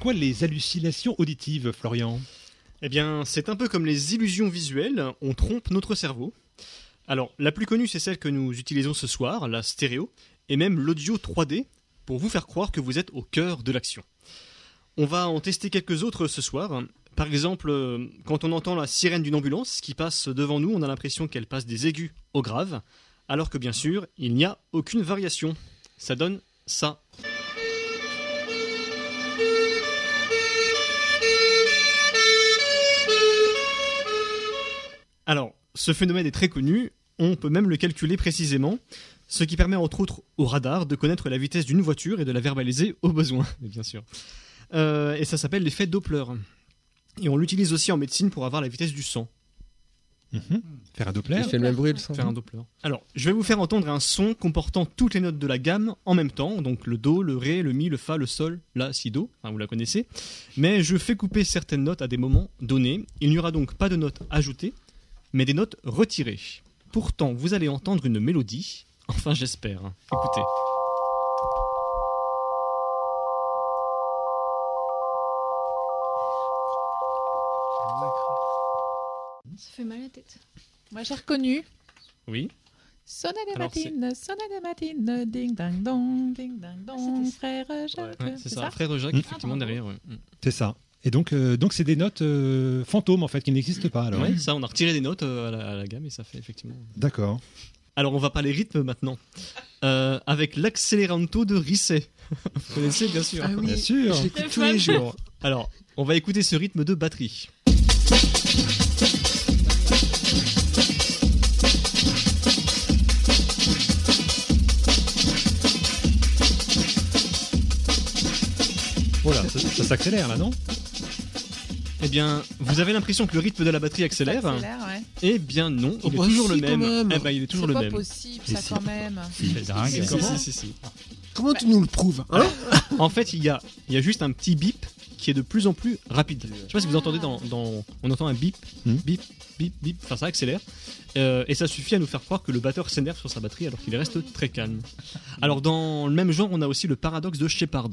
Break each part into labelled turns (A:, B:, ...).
A: quoi les hallucinations auditives, Florian
B: Eh bien, c'est un peu comme les illusions visuelles, on trompe notre cerveau. Alors, la plus connue, c'est celle que nous utilisons ce soir, la stéréo, et même l'audio 3D, pour vous faire croire que vous êtes au cœur de l'action. On va en tester quelques autres ce soir. Par exemple, euh, quand on entend la sirène d'une ambulance qui passe devant nous, on a l'impression qu'elle passe des aigus au grave, alors que bien sûr, il n'y a aucune variation. Ça donne ça. Alors, ce phénomène est très connu, on peut même le calculer précisément, ce qui permet entre autres au radar de connaître la vitesse d'une voiture et de la verbaliser au besoin, bien sûr. Euh, et ça s'appelle l'effet Doppler. Et on l'utilise aussi en médecine pour avoir la vitesse du sang,
A: Mhm. Faire un Doppler
C: Il fait le même bruit, le sang.
B: faire un Doppler. Alors, je vais vous faire entendre un son comportant toutes les notes de la gamme en même temps, donc le Do, le Ré, le Mi, le Fa, le Sol, La, Si, Do, Enfin, vous la connaissez. Mais je fais couper certaines notes à des moments donnés. Il n'y aura donc pas de notes ajoutées, mais des notes retirées. Pourtant, vous allez entendre une mélodie, enfin j'espère. Écoutez.
D: Ça fait mal à la tête. Moi, j'ai reconnu.
B: Oui.
D: Sonnez les
B: Alors, c'est-
D: matines, sonnez les matines, ding dang dong, ding dang dong, frère Jacques.
B: Ouais, c'est ça, Ah, frère Jacques,
A: Mm.
B: effectivement, derrière. ouais. Mm.
A: C'est ça. Et donc, euh, donc c'est des notes euh, fantômes en fait qui n'existent pas. Alors,
B: Ouais, ça, on a retiré des notes euh, à la, à la gamme et ça fait effectivement.
A: d'accord.
B: Alors, on va parler rythme maintenant. Euh, avec l'accéléranto de Risset. Vous connaissez, bien sûr.
A: Bien sûr.
C: Je l'écoute tous les jours.
B: Alors, on va écouter ce rythme de batterie.
A: Voilà, Oh ça, ça s'accélère là, non
B: Eh bien, vous avez l'impression que le rythme de la batterie accélère
D: ouais.
B: Eh bien non, il est
C: bah
B: toujours
C: si,
B: le
C: quand
B: même.
C: même.
B: Eh ben, il est toujours
D: C'est
B: le
D: pas
B: même. Ah,
D: possible,
C: Mais
D: ça,
C: si.
D: quand même.
E: C'est dingue.
B: Si,
D: Comment
B: si, si, si.
C: Comment tu nous le prouves hein
B: En fait, il y a, il y a juste un petit bip qui est de plus en plus rapide. Je sais pas si vous
D: Ah.
B: entendez dans, dans- on entend un bip,
A: Hmm.
B: bip, bip, bip. Enfin, ça accélère Euh, et ça suffit à nous faire croire que le batteur s'énerve sur sa batterie alors qu'il reste très calme. Alors dans le même genre, on a aussi le paradoxe de Shepard.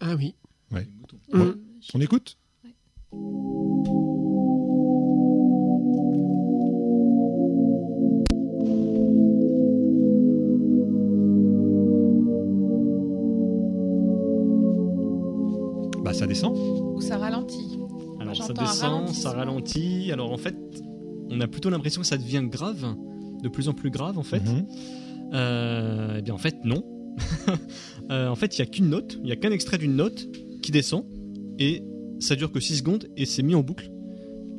C: Ah oui.
A: Ouais.
F: Euh,
C: Hum.
A: On écoute Bah ça descend.
D: Ou ça ralentit.
B: Alors ça
D: j'entends un
B: descend, ça
D: ralentissement.
B: ralentit. Alors en fait, on a plutôt l'impression que ça devient grave, de plus en plus grave en fait.
A: Mhm.
B: Euh, eh bien, en fait, non. Euh, en fait, il n'y a qu'une note, il n'y a qu'un extrait d'une note qui descend, et ça dure que 6 secondes, et c'est mis en boucle.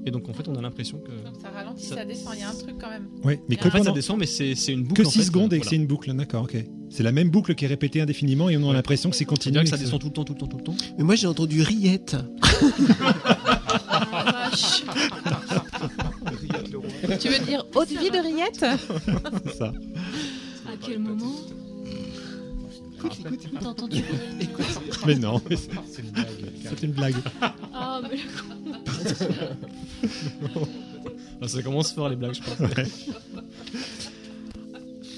B: Et donc, en fait, on a l'impression que.
D: Donc ça ralentit,
B: Ça-
D: ça descend, il y a un truc quand même.
A: Ouais, mais que
B: En fait, Ah, ça
A: pendant-
B: descend, mais c'est c'est une boucle.
A: que
B: en
A: 6
B: fait,
A: secondes
B: euh,
A: et que c'est une boucle, d'accord, ok. C'est la même boucle qui est répétée indéfiniment et on a l'impression que c'est
B: voilà. On
A: continu.
B: dirait que
A: et
B: ça
A: que
B: descend tout le temps, tout le temps, tout le temps.
C: Mais moi j'ai entendu Riette.
D: Ah, vache. tu veux dire haute vie de Riette
A: c'est ça.
F: À quel moment T'as entendu
A: Mais non, mais c'est c'est une blague.
F: Ah, mais le
B: Ah, ça commence fort les blagues, je pense.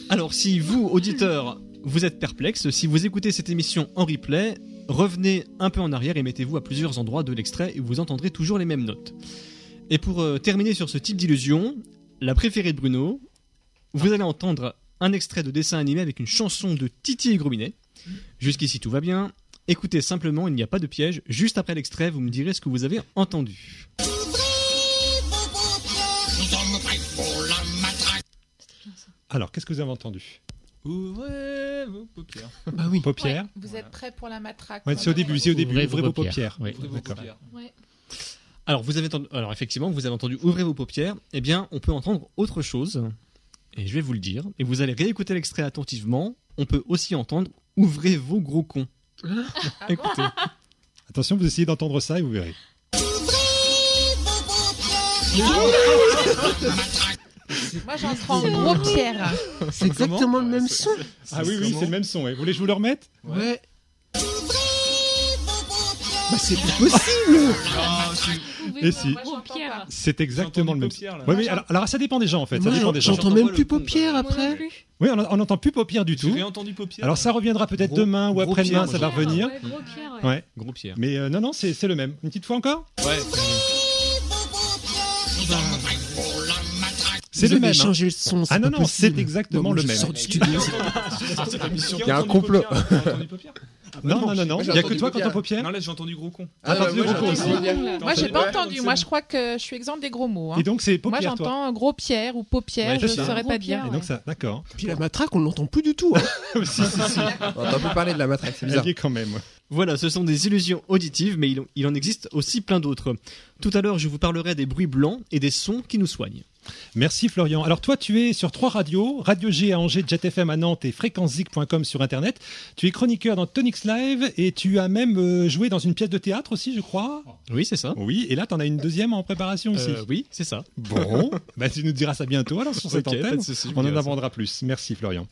B: Alors, si vous, auditeurs, vous êtes perplexe, si vous écoutez cette émission en replay, revenez un peu en arrière et mettez-vous à plusieurs endroits de l'extrait et vous entendrez toujours les mêmes notes. Et pour euh, terminer sur ce type d'illusion, la préférée de Bruno, vous allez entendre un extrait de dessin animé avec une chanson de Titi et Grominet. Jusqu'ici, tout va bien. Écoutez simplement, il n'y a pas de piège. Juste après l'extrait, vous me direz ce que vous avez entendu.
A: Alors, qu'est-ce que vous avez entendu
E: Ouvrez vos paupières.
C: Bah oui.
A: Paupières
D: Vous
E: Voilà.
D: êtes prêts pour la matraque
A: Ouais, c'est au début, c'est au début.
E: Ouvrez
A: Ouvrez vos paupières.
E: Oui.
A: Ouvrez vos
E: D'accord.
A: paupières.
F: Ouais.
B: Alors, vous avez entendu- alors effectivement, vous avez entendu ouvrez vos paupières. Eh bien, on peut entendre autre chose. Et je vais vous le dire. Et vous allez réécouter l'extrait attentivement. On peut aussi entendre ouvrez vos gros cons.
D: Ah
B: Écoutez.
A: Attention, vous essayez d'entendre ça et vous verrez.
D: Moi j'entends gros pierre.
C: C'est exactement le même son.
A: Ah oui, oui, c'est le même son. ouais. Vous voulez que je vous le remette
C: Ouais.
A: Ah.
C: Bah c'est pas possible.
E: Non, tu-
F: trouvé
A: Et si.
F: Bon, Pierre.
A: C'est exactement le même.
E: Pierre, là.
A: Oui, mais alors, alors, ça dépend des gens en fait.
C: Moi,
A: ça dépend des gens.
C: j'entends
E: J'entends
C: même
E: pas
C: plus
E: le pont,
C: paupières
E: quoi.
F: Moi non
C: après.
F: plus.
A: Oui, on on n'entend plus paupières du tout.
E: J'ai entendu paupière.
A: Alors ça reviendra peut-être
B: Gros-
A: demain ou
B: gros
A: après-demain,
B: Pierre,
A: ça va
F: Pierre,
A: revenir.
F: ouais, gros Pierre, ouais.
A: Ouais.
B: Gros Pierre.
A: Mais euh, non, non, c'est c'est le même. Une petite fois encore
E: Ouais.
A: C'est
C: Vous
A: le
C: avez
A: même. hein.
C: changé le son.
A: Ah
C: pas
A: non, non,
C: possible.
A: c'est exactement
C: Bon,
A: le
C: je
A: même.
C: sors du studio.
E: Il
G: y a un complot.
A: Non, non, non, non.
G: Moi,
A: Il
G: j'ai
A: n'y a que
G: entendu
A: toi quand
G: paupières.
A: on paupières.
E: Non, là j'ai entendu gros con.
A: Ah,
G: bah,
A: partir
G: moi,
A: au
G: j'ai
A: cours
G: entendu
A: aussi.
G: gros con, là.
D: Moi, j'ai
E: c'est
D: pas
E: bon.
D: entendu.
E: Donc,
D: Moi,
E: c'est
D: je crois que je suis exempte des gros mots. hein.
A: Et donc c'est
D: Moi,
A: paupières, toi.
D: j'entends gros pierre ou paupière,
A: Ouais,
D: je
A: c'est ça.
D: saurais
F: Gros
D: pas dire.
F: Pierre,
A: Et donc ça, d'accord.
C: Puis la matraque, on l'entend plus du tout. hein.
A: Si, si, si.
G: On entend plus parler de la matraque, c'est bizarre.
A: Elle y est quand même.
B: Voilà, ce sont des illusions auditives, mais il en- il en existe aussi plein d'autres. Tout à l'heure, je vous parlerai des bruits blancs et des sons qui nous soignent.
A: Merci Florian. Alors toi, tu es sur trois radios, Radio G à Angers, Jet FM à Nantes et fréquencezik.com sur Internet. Tu es chroniqueur dans Tonix Live et tu as même euh, joué dans une pièce de théâtre aussi, je crois.
B: Oui, c'est ça.
A: Oui, et là, tu en as une deuxième en préparation aussi.
B: Oh. Euh, oui, c'est ça.
A: Bon, bah, tu nous diras ça bientôt alors sur cette
B: Ok, pas
A: antenne.
B: de souci, je vous
A: On en
B: dirai ça.
A: apprendra plus. Merci Florian.